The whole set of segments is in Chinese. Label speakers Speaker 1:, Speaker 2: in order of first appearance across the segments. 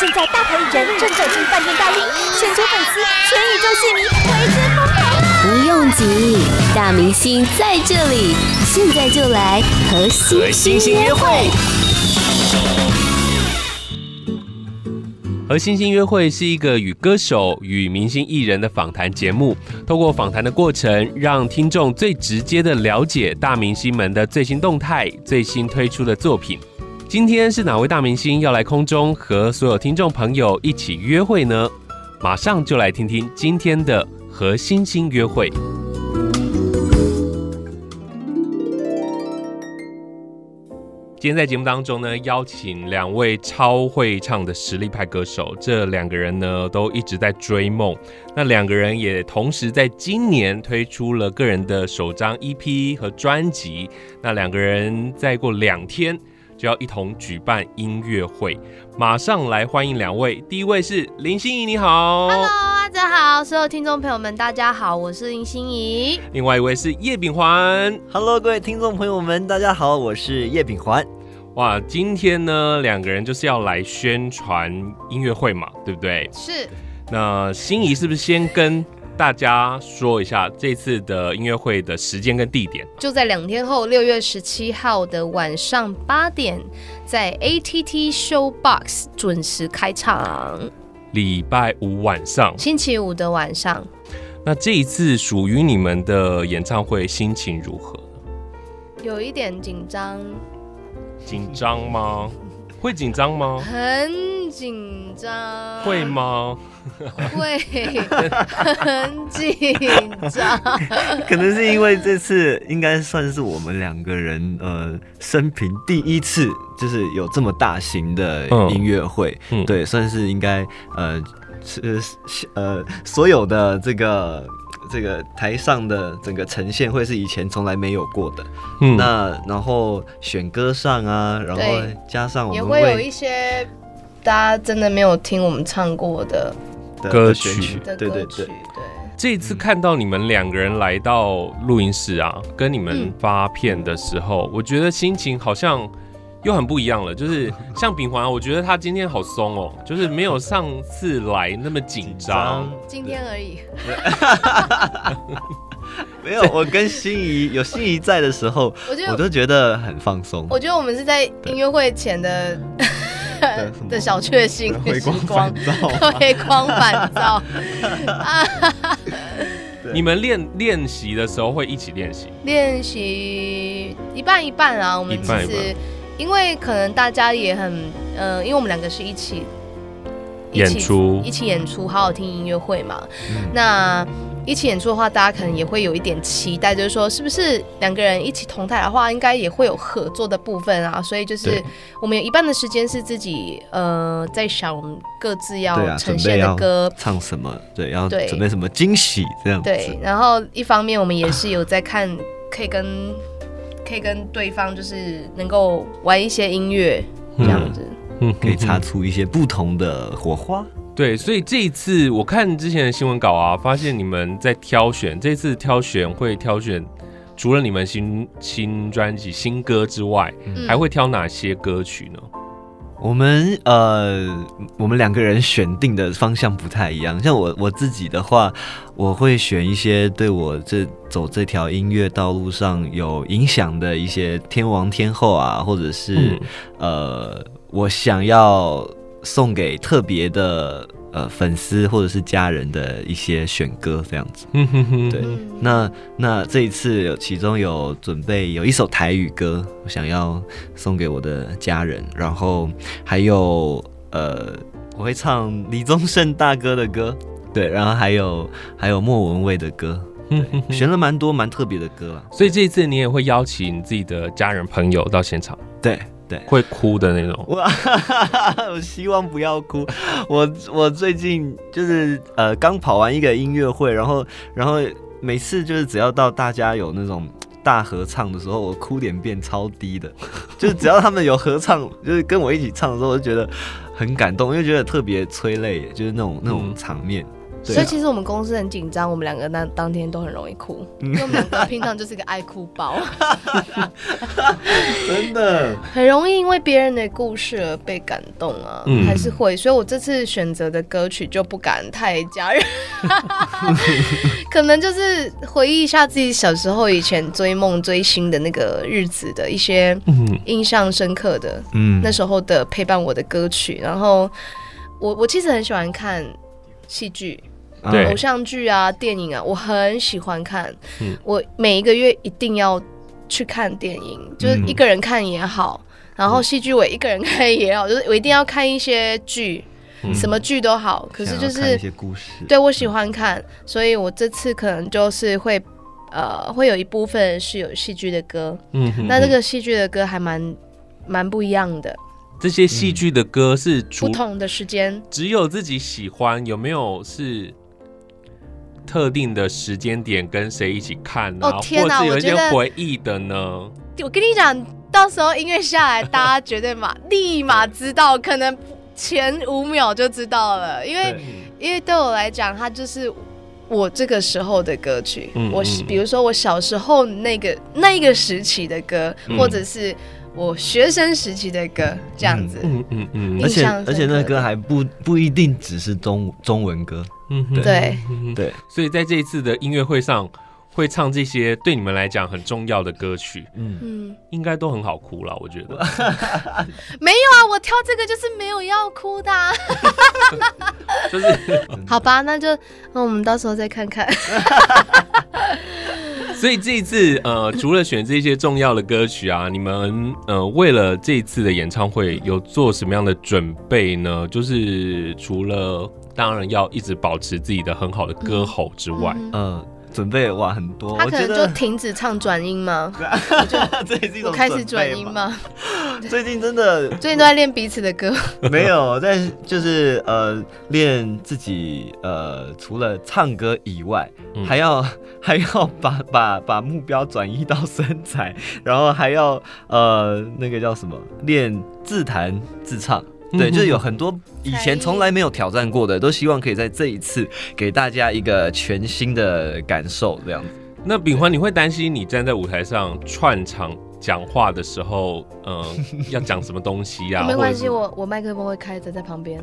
Speaker 1: 现在大牌艺人正走进饭店大厅，全球粉丝、全宇宙戏迷为之疯狂啊！
Speaker 2: 不用急，大明星在这里，现在就来和
Speaker 3: 和
Speaker 2: 星
Speaker 3: 星星约会。和星星约会是一个与歌手与明星艺人的访谈节目，透过访谈的过程，让听众最直接的了解大明星们的最新动态、最新推出的作品。今天是哪位大明星要来空中和所有听众朋友一起约会呢？马上就来听听今天的和星星约会。今天在节目当中呢，邀请两位超会唱的实力派歌手，这两个人呢都一直在追梦。那两个人也同时在今年推出了个人的首张 EP 和专辑。那两个人再过两天就要一同举办音乐会，马上来欢迎两位。第一位是林心怡，你好
Speaker 4: Hello，大家好，所有听众朋友们，大家好，我是林心怡。
Speaker 3: 另外一位是叶秉环。
Speaker 5: Hello，各位听众朋友们，大家好，我是叶秉环。
Speaker 3: 哇，今天呢两个人就是要来宣传音乐会嘛，对不对？
Speaker 4: 是，
Speaker 3: 那心仪是不是先跟大家说一下这次的音乐会的时间跟地点？
Speaker 4: 就在两天后，六月十七号的晚上八点，在 ATT Showbox 准时开场，
Speaker 3: 礼拜五晚上。
Speaker 4: 星期五的晚上。
Speaker 3: 那这一次属于你们的演唱会，心情如何？
Speaker 4: 有一点紧张，
Speaker 3: 紧张吗？会紧张吗？
Speaker 4: 很紧张，
Speaker 3: 会？吗？
Speaker 4: 会，很紧张。
Speaker 5: 可能是因为这次应该算是我们两个人呃生平第一次，就是有这么大型的
Speaker 3: 嗯
Speaker 5: 音乐会，
Speaker 3: 嗯
Speaker 5: 对，算是应该呃是是呃所有的这个这个台上的整个呈现会是以前从来没有过的。
Speaker 3: 嗯
Speaker 5: 那然后选歌上啊，然后
Speaker 4: 对
Speaker 5: 加上 我
Speaker 4: 也
Speaker 5: 们
Speaker 4: 会有一
Speaker 5: 为
Speaker 4: 些大家真的没有听我们唱过的
Speaker 5: 的
Speaker 3: 歌
Speaker 5: 的选
Speaker 3: 曲
Speaker 5: 曲，
Speaker 4: 的
Speaker 5: 对对
Speaker 4: 歌曲，
Speaker 5: 对
Speaker 4: 对。。
Speaker 3: 这次看到你们两个人来到录音室啊，跟你们
Speaker 4: 嗯
Speaker 3: 发片的时候，我觉得心情好像又很不一样了。就是像秉啊环，我觉得他今天好松哦，就是没有上次来那么紧张。
Speaker 4: 今天而已，
Speaker 5: 没有，我跟心仪 有心仪在的时候，
Speaker 4: 我就
Speaker 5: 我都觉得很放松。
Speaker 4: 我觉得我们是在音乐会前的
Speaker 5: 的什么
Speaker 4: 的小确幸
Speaker 5: 回光
Speaker 4: 时光
Speaker 5: 返照
Speaker 4: 回光返照。
Speaker 3: 你们练练习的时候会一起练习，
Speaker 4: 练习一半一半啊，我们
Speaker 3: 一
Speaker 4: 其
Speaker 3: 半一
Speaker 4: 实因为可能大家也很，嗯、因为我们两个是一起一起
Speaker 3: 演出
Speaker 4: 一起演出，好好听音乐会嘛。
Speaker 5: 嗯
Speaker 4: 那一起演出的话，大家可能也会有一点期待，就是说是不是两个人一起同台的话，应该也会有合作的部分啊。所以就是
Speaker 3: 对
Speaker 4: 我们有一半的时间是自己呃在想我们各自要
Speaker 5: 对啊，
Speaker 4: 呈
Speaker 5: 准备
Speaker 4: 现的
Speaker 5: 要
Speaker 4: 歌。
Speaker 5: 唱什么，对，要
Speaker 4: 对
Speaker 5: 准备什么惊喜这样子。
Speaker 4: 对，然后一方面我们也是有在看，可以跟可以跟对方就是能够玩一些音乐这样子。
Speaker 3: 嗯，
Speaker 5: 可以擦出一些不同的火花。
Speaker 3: 对，所以这一次我看之前的新闻稿啊，发现你们在挑选，这次挑选会挑选，除了你们新新专辑新歌之外，
Speaker 4: 嗯
Speaker 3: 还会挑哪些歌曲呢？
Speaker 5: 我们呃，我们两个人选定的方向不太一样。像我我自己的话，我会选一些对我这走这条音乐道路上有影响的一些天王天后啊，或者
Speaker 3: 嗯
Speaker 5: 是、呃，我想要送给特别的呃粉丝或者是家人的一些选歌这样子。
Speaker 3: 嗯哼哼，
Speaker 5: 对，那那这一次有其中有准备有一首台语歌，我想要送给我的家人，然后还有呃，我会唱李宗盛大哥的歌，对，然后还有还有莫文蔚的歌，
Speaker 3: 嗯哼哼
Speaker 5: 选了蛮多蛮特别的歌啊啦，
Speaker 3: 所以这一次你也会邀请自己的家人朋友到现场，
Speaker 5: 对对。
Speaker 3: 会哭的那种。
Speaker 5: 我我希望不要哭。我我最近就是呃刚跑完一个音乐会，然后然后每次就是只要到大家有那种大合唱的时候，我哭点变超低的。 就是只要他们有合唱，就是跟我一起唱的时候，我就觉得很感动，因为觉得特别催泪，就是那种那种
Speaker 3: 嗯
Speaker 5: 场面。对
Speaker 4: 所
Speaker 5: 啊
Speaker 4: 以其实我们公司很紧张，我们两个当当天都很容易哭，因为我们两个平常就是一个爱哭包，
Speaker 5: 真的，
Speaker 4: 很容易因为别人的故事而被感动啊，
Speaker 3: 嗯
Speaker 4: 还是会。所以我这次选择的歌曲就不敢太加人，可能就是回忆一下自己小时候以前追梦追星的那个日子的一些
Speaker 3: 嗯
Speaker 4: 印象深刻的
Speaker 5: 嗯
Speaker 4: 那时候的陪伴我的歌曲。然后我我其实很喜欢看戏剧，
Speaker 5: 啊
Speaker 3: 对
Speaker 4: 偶像剧啊、电影啊，我很喜欢看。
Speaker 3: 嗯
Speaker 4: 我每一个月一定要去看电影，就是
Speaker 5: 嗯
Speaker 4: 一个人看也好，然后戏剧我一个人看也好， 就是我一定要看一些剧，
Speaker 3: 嗯
Speaker 4: 什么剧都好。可是
Speaker 5: 想
Speaker 4: 就
Speaker 5: 要看
Speaker 4: 是
Speaker 5: 一些故事，
Speaker 4: 对我喜欢看，所以我这次可能就是会。呃，会有一部分是有戏剧的歌，
Speaker 3: 嗯哼
Speaker 4: 那这
Speaker 3: 嗯
Speaker 4: 个戏剧的歌还蛮蛮不一样的，
Speaker 3: 这些戏
Speaker 5: 嗯
Speaker 3: 剧的歌是
Speaker 4: 不
Speaker 3: 除
Speaker 4: 同的时间。
Speaker 3: 只有自己喜欢，有没有是特定的时间点跟谁一起看啊？
Speaker 4: 哦天哪
Speaker 3: 或者有一些
Speaker 4: 我觉得
Speaker 3: 回忆的呢？
Speaker 4: 我跟你讲，到时候音乐下来，大家绝对马立马知道，可能前五秒就知道了，因为
Speaker 5: 对
Speaker 4: 因为对我来讲，它就是我这个时候的歌曲。
Speaker 3: 嗯
Speaker 4: 我
Speaker 3: 嗯
Speaker 4: 比如说我小时候那个那一个时期的歌，
Speaker 3: 嗯
Speaker 4: 或者是我学生时期的歌，这样子。
Speaker 3: 嗯嗯嗯
Speaker 5: 而
Speaker 4: 印
Speaker 5: 且
Speaker 4: 象深刻
Speaker 5: 而且那歌还不不一定只是中中文歌，
Speaker 3: 嗯哼，
Speaker 4: 对
Speaker 3: 嗯哼
Speaker 5: 对，
Speaker 3: 所以在这一次的音乐会上，会唱这些对你们来讲很重要的歌曲，
Speaker 5: 嗯，
Speaker 4: 嗯，
Speaker 3: 应该都很好哭了，我觉 得。
Speaker 4: 没有啊，我挑这个就是没有要哭的、啊，
Speaker 3: 就是
Speaker 5: 嗯
Speaker 4: 好吧，那就那我们到时候再看看。
Speaker 3: 所以这一次呃，除了选这些重要的歌曲啊，你们呃为了这一次的演唱会有做什么样的准备呢？就是除了当然要一直保持自己的很好的歌喉之外，
Speaker 4: 嗯
Speaker 5: 呃，准备哇很多，
Speaker 4: 他
Speaker 5: 哦我
Speaker 4: 可
Speaker 5: 觉
Speaker 4: 能就
Speaker 5: 得
Speaker 4: 停止唱转音吗？
Speaker 5: 这也是一
Speaker 4: 我
Speaker 5: 种
Speaker 4: 开始转
Speaker 5: 备
Speaker 4: 音
Speaker 5: 嘛？
Speaker 4: 吗？
Speaker 5: 最近真的
Speaker 4: 最近都在练彼此的歌，
Speaker 5: 没有，但就是呃，练自己呃，除了唱歌以外，
Speaker 3: 嗯
Speaker 5: 还要 还要把把把目标转移到身材，然后还要呃，那个叫什么，练自弹自唱。对，
Speaker 3: 嗯
Speaker 5: 就是有很多以
Speaker 4: 才
Speaker 5: 前
Speaker 4: 艺
Speaker 5: 从来没有挑战过的，都希望可以在这一次给大家一个全新的感受，这样 子。
Speaker 3: 那炳欢，你会担心你站在舞台上串场讲话的时候，嗯、要讲什么东西啊？
Speaker 4: 没
Speaker 3: 或
Speaker 4: 关
Speaker 3: 者是
Speaker 4: 系，我我麦克风会开着在旁边。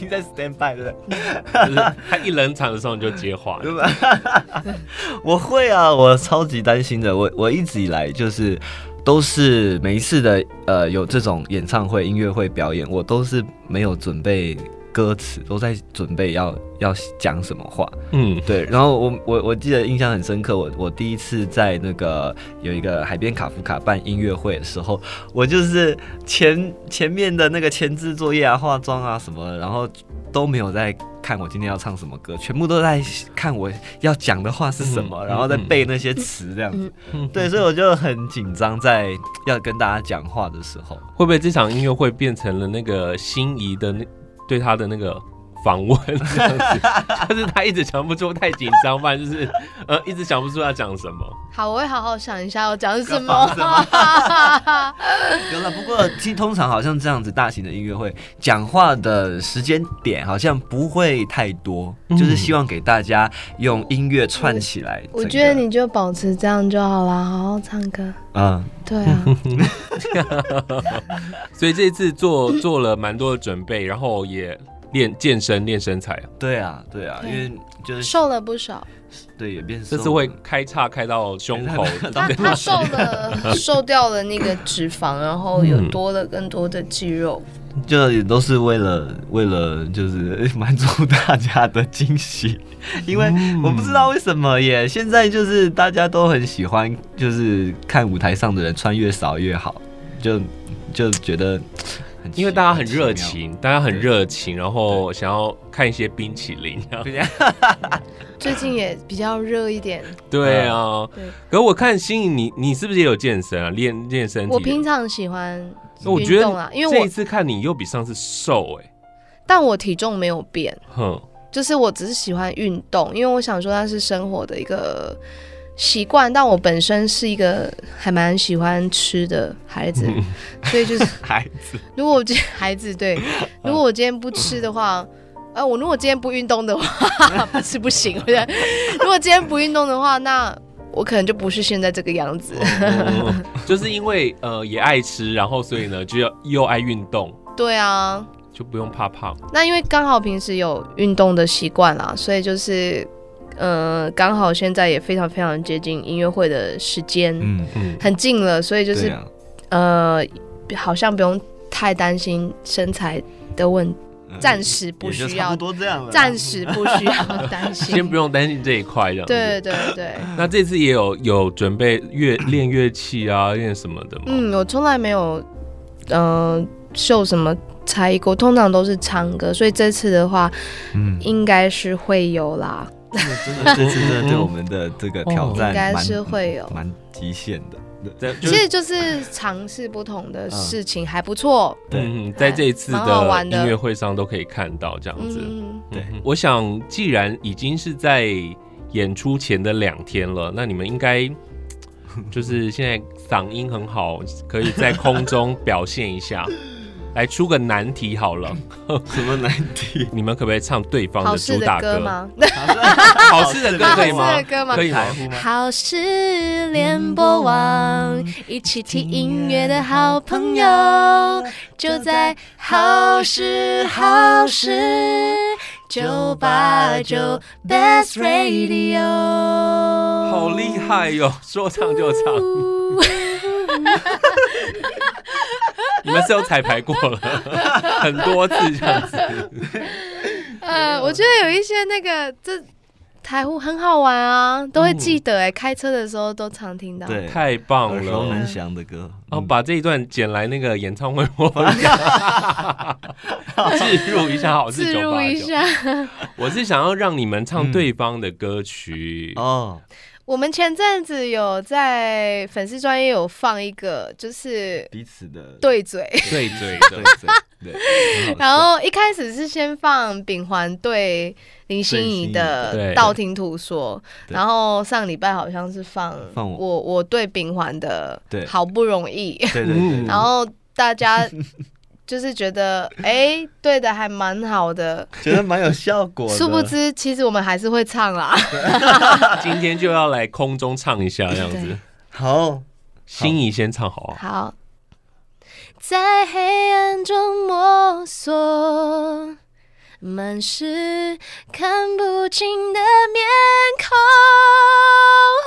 Speaker 5: 你在 stand by 对不对？
Speaker 3: 就是他一冷场的时候你就接话了。
Speaker 5: 对吧？ 我会啊，我超级担心的。我我一直以来就是都是每一次的呃有这种演唱会、音乐会表演，我都是没有准备歌词，都在准备要要讲什么话。
Speaker 3: 嗯
Speaker 5: 对，然后我我我记得印象很深刻，我我第一次在那个有一个海边卡夫卡办音乐会的时候，我就是前前面的那个前置作业啊、化妆啊什么的，然后都没有在看我今天要唱什么歌，全部都在看我要讲的话是什么，
Speaker 3: 嗯
Speaker 5: 然后再背那些词这样子。
Speaker 4: 嗯
Speaker 3: 嗯
Speaker 5: 对，所以我就很紧张，在要跟大家讲话的时候，
Speaker 3: 会不会这场音乐会变成了那个心仪的那对他的那个访问这样子？ 就是他一直想不出，太紧张，不然就是呃一直想不出要讲什么。
Speaker 4: 好，我会好好想一下要讲什
Speaker 5: 要
Speaker 4: 么
Speaker 5: 放。 有了，不过其实通常好像这样子大型的音乐会，讲话的时间点好像不会太多，
Speaker 3: 嗯
Speaker 5: 就是希望给大家用音乐串起来整个。
Speaker 4: 我觉得你就保持这样就好啦，好好唱歌。
Speaker 5: 啊，
Speaker 4: 对啊，
Speaker 3: 所以这次做做了蛮多的准备，然后也练健身、练身材。
Speaker 5: 对啊，对啊，因
Speaker 4: 对
Speaker 5: 为就是
Speaker 4: 瘦了不少。
Speaker 5: 对也变瘦
Speaker 3: 这
Speaker 5: 了，
Speaker 3: 次会开叉开到胸口，
Speaker 4: 他他瘦了，瘦掉了那个脂肪，然后有
Speaker 3: 嗯
Speaker 4: 多了更多的肌肉。
Speaker 5: 就也都是为了为了就是 满足大家的惊喜，因为我不知道为什么耶，现在就是大家都很喜欢，就是看舞台上的人穿越少越好，就就觉得很奇。
Speaker 3: 因为大家很热
Speaker 5: 奇妙
Speaker 3: 情，大家很热情，然后想要看一些冰淇淋。
Speaker 4: 最近也比较热一点。
Speaker 3: 对啊，
Speaker 4: 对，
Speaker 3: 可我看心仪你你是不是也有健身啊？练练身体？
Speaker 4: 我平常喜欢
Speaker 3: 那我
Speaker 4: 运
Speaker 3: 觉
Speaker 4: 动啊
Speaker 3: 得，
Speaker 4: 因为
Speaker 3: 这
Speaker 4: 我
Speaker 3: 一次看你又比上次瘦哎、
Speaker 4: 但我体重没有变。
Speaker 3: 哼，哦
Speaker 4: 就是我只是喜欢运动，因为我想说那是生活的一个习惯。但我本身是一个还蛮喜欢吃的 孩子，所以就是
Speaker 5: 孩子，
Speaker 4: 如果我今孩子对，如果我今天不吃的话，啊，我如果今天不运动的话 不是不行，我觉得如果今天不运动的话，那我可能就不是现在这个样子。
Speaker 3: 嗯就是因为呃也爱吃，然后所以 呢就要又爱运动，
Speaker 4: 对啊，
Speaker 3: 就不用怕胖。
Speaker 4: 那因为刚好平时有运动的习惯啦，所以就是，呃，刚好现在也非常非常接近音乐会的时间，
Speaker 5: 嗯，
Speaker 3: 嗯，啊
Speaker 4: 很近了，所以就
Speaker 5: 对啊
Speaker 4: 是、
Speaker 5: 呀、
Speaker 4: 呃，好像不用太担心身材的问，
Speaker 5: 嗯
Speaker 4: 暂时不
Speaker 5: 也就
Speaker 4: 需
Speaker 5: 差
Speaker 4: 要，
Speaker 5: 多这样了啦
Speaker 4: 暂时不需要担心，
Speaker 3: 先不。 用担心这一块，这样子。
Speaker 4: 对对对，
Speaker 3: 那这次也有有准备 乐练乐器啊，练什么的吗？
Speaker 4: 嗯，我从来没有，呃，秀什么才艺过，通常都是唱歌，所以这次的话
Speaker 5: 嗯，
Speaker 4: 应该是会有啦，
Speaker 5: 真的这次真的对我们的这个挑战
Speaker 4: 哦应该
Speaker 5: 蛮
Speaker 4: 是会有
Speaker 5: 蛮极限的。
Speaker 3: 在就
Speaker 4: 其实就是尝试不同的事情，还不错。
Speaker 5: 对
Speaker 3: 嗯，在这一次
Speaker 4: 蛮好
Speaker 3: 的
Speaker 4: 玩
Speaker 3: 音
Speaker 4: 的
Speaker 3: 乐会上都可以看到这样子。
Speaker 4: 嗯，
Speaker 5: 对
Speaker 3: 嗯我想既然已经是在演出前的两天了，那你们应该就是现在嗓音很好，可以在空中表现一下。来出个难题好了，
Speaker 5: 什么难 题？
Speaker 3: 你们可不可以唱对方
Speaker 4: 好
Speaker 3: 的
Speaker 4: 事
Speaker 3: 主
Speaker 4: 的
Speaker 3: 打
Speaker 4: 歌？吗？
Speaker 3: 好吃的歌
Speaker 4: 好
Speaker 3: 可以
Speaker 4: 事
Speaker 3: 吗
Speaker 4: 的？歌吗
Speaker 3: 可？以吗？
Speaker 2: 好事联播网，一起听音乐的好朋友，就在好事好事九八九 Best Radio。
Speaker 3: 好厉害哟、说唱就唱。 你们是有彩排过了，很多次这样子。
Speaker 4: 呃，我觉得有一些那个这台呼很好玩啊，都会记得哎、开车的时候都常听到。
Speaker 5: 对，
Speaker 3: 太棒
Speaker 5: 耳熟
Speaker 3: 了！
Speaker 5: 能详的歌。
Speaker 3: 哦，
Speaker 5: 嗯
Speaker 3: 把这一段剪来那个演唱会播放一下，置入一下，好是
Speaker 4: 自
Speaker 3: 九
Speaker 4: 入
Speaker 3: 八
Speaker 4: 一
Speaker 3: 九。
Speaker 4: 下，
Speaker 3: 我是想要让你们唱对方的歌曲，
Speaker 5: 哦，
Speaker 4: 我们前阵子有在粉丝专业有放一个，就是
Speaker 5: 彼此的
Speaker 4: 对嘴，
Speaker 3: 对对
Speaker 5: 对
Speaker 3: 的。
Speaker 5: 对对，很好笑
Speaker 4: 然后一开始是先放秉环对林心
Speaker 3: 对
Speaker 4: 怡
Speaker 3: 心
Speaker 4: 的
Speaker 3: 怡
Speaker 4: 《道听途说》，
Speaker 5: 对
Speaker 4: 然后上礼拜好像是放
Speaker 5: 放我
Speaker 4: 我我对秉环的
Speaker 5: 对
Speaker 4: 《好不容易》，
Speaker 5: 对对对
Speaker 3: 嗯
Speaker 5: 对，
Speaker 4: 然后大家就是觉得哎、对的还蛮好的，
Speaker 5: 觉得蛮有效果的。
Speaker 4: 殊不知其实我们还是会唱啦。
Speaker 3: 今天就要来空中唱一下这样子
Speaker 4: 对。
Speaker 5: 好，
Speaker 3: 心仪先唱好啊，
Speaker 4: 好，
Speaker 2: 在黑暗中摸索，满是看不清的面孔。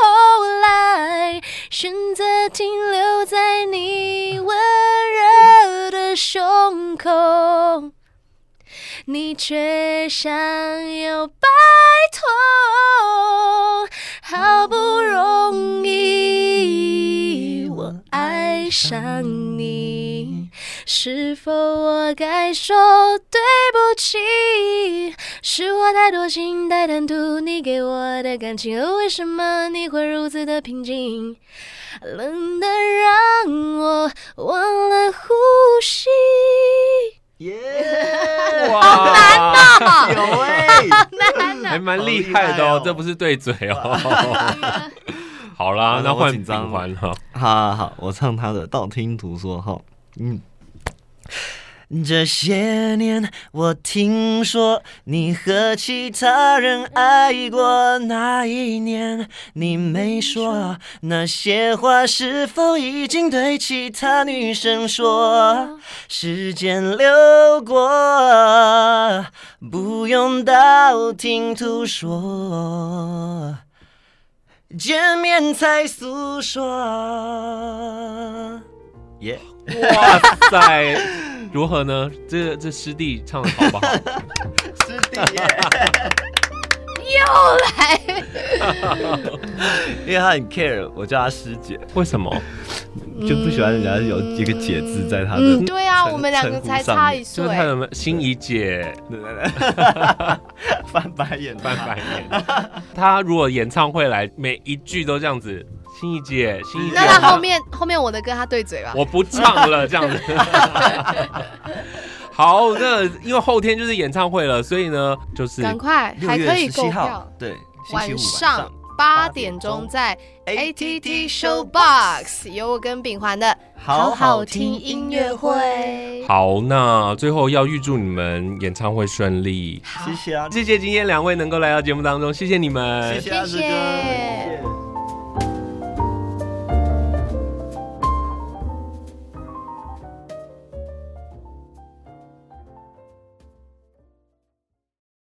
Speaker 2: 后来选择停留在你温柔的胸口，你却想要摆脱，好不容易我爱上你，是否我该说对不起？是我太多情太贪图你给我的感情，而为什么你会如此的平静，冷的让我忘了呼吸？
Speaker 3: 哇，
Speaker 5: 有哎，
Speaker 3: 还蛮厉害的
Speaker 5: 好厉害
Speaker 3: 哦
Speaker 5: 哦，
Speaker 3: 这不是对嘴哦。好啦，那
Speaker 5: 好了我
Speaker 3: 换
Speaker 5: 紧
Speaker 3: 饼
Speaker 5: 张了
Speaker 3: 环哈，
Speaker 5: 好好好，我唱他的《道听途说》哈，嗯。这些年，我听说你和其他人爱过。那一年，你没说那些话，是否已经对其他女生说？时间流过，不用道听途说。见面才诉说。耶、
Speaker 3: 哇塞，如何呢？这这师弟唱的好不好？
Speaker 5: 师弟耶，又来，因为他很 care，我叫他师姐，
Speaker 3: 为什么？
Speaker 5: 就不喜欢人家有一个“姐”字在他的。
Speaker 4: 嗯，对啊，
Speaker 5: 称
Speaker 4: 我们两个才
Speaker 5: 称呼上
Speaker 4: 差
Speaker 5: 面
Speaker 4: 一岁
Speaker 3: 就，是他的心仪姐
Speaker 5: 翻白眼，
Speaker 3: 翻白眼， 他如果演唱会来，每一句都这样子，心仪姐，心仪姐，
Speaker 4: 那他后面后面我的跟他对嘴吧。
Speaker 3: 我不唱了，这样 子。好，那因为后天就是演唱会了，所以呢，就是
Speaker 4: 赶快，还可以购票。
Speaker 5: 对，星期五
Speaker 4: 晚上八点钟在 ATT Showbox 有我跟秉环的好好听音乐会。
Speaker 3: 好，那最后要预祝你们演唱会顺利，
Speaker 5: 谢谢啊，
Speaker 3: 谢谢今天两位能够来到节目当中，谢谢你们，
Speaker 5: 谢谢阿志哥，啊
Speaker 4: 谢谢
Speaker 5: 谢谢。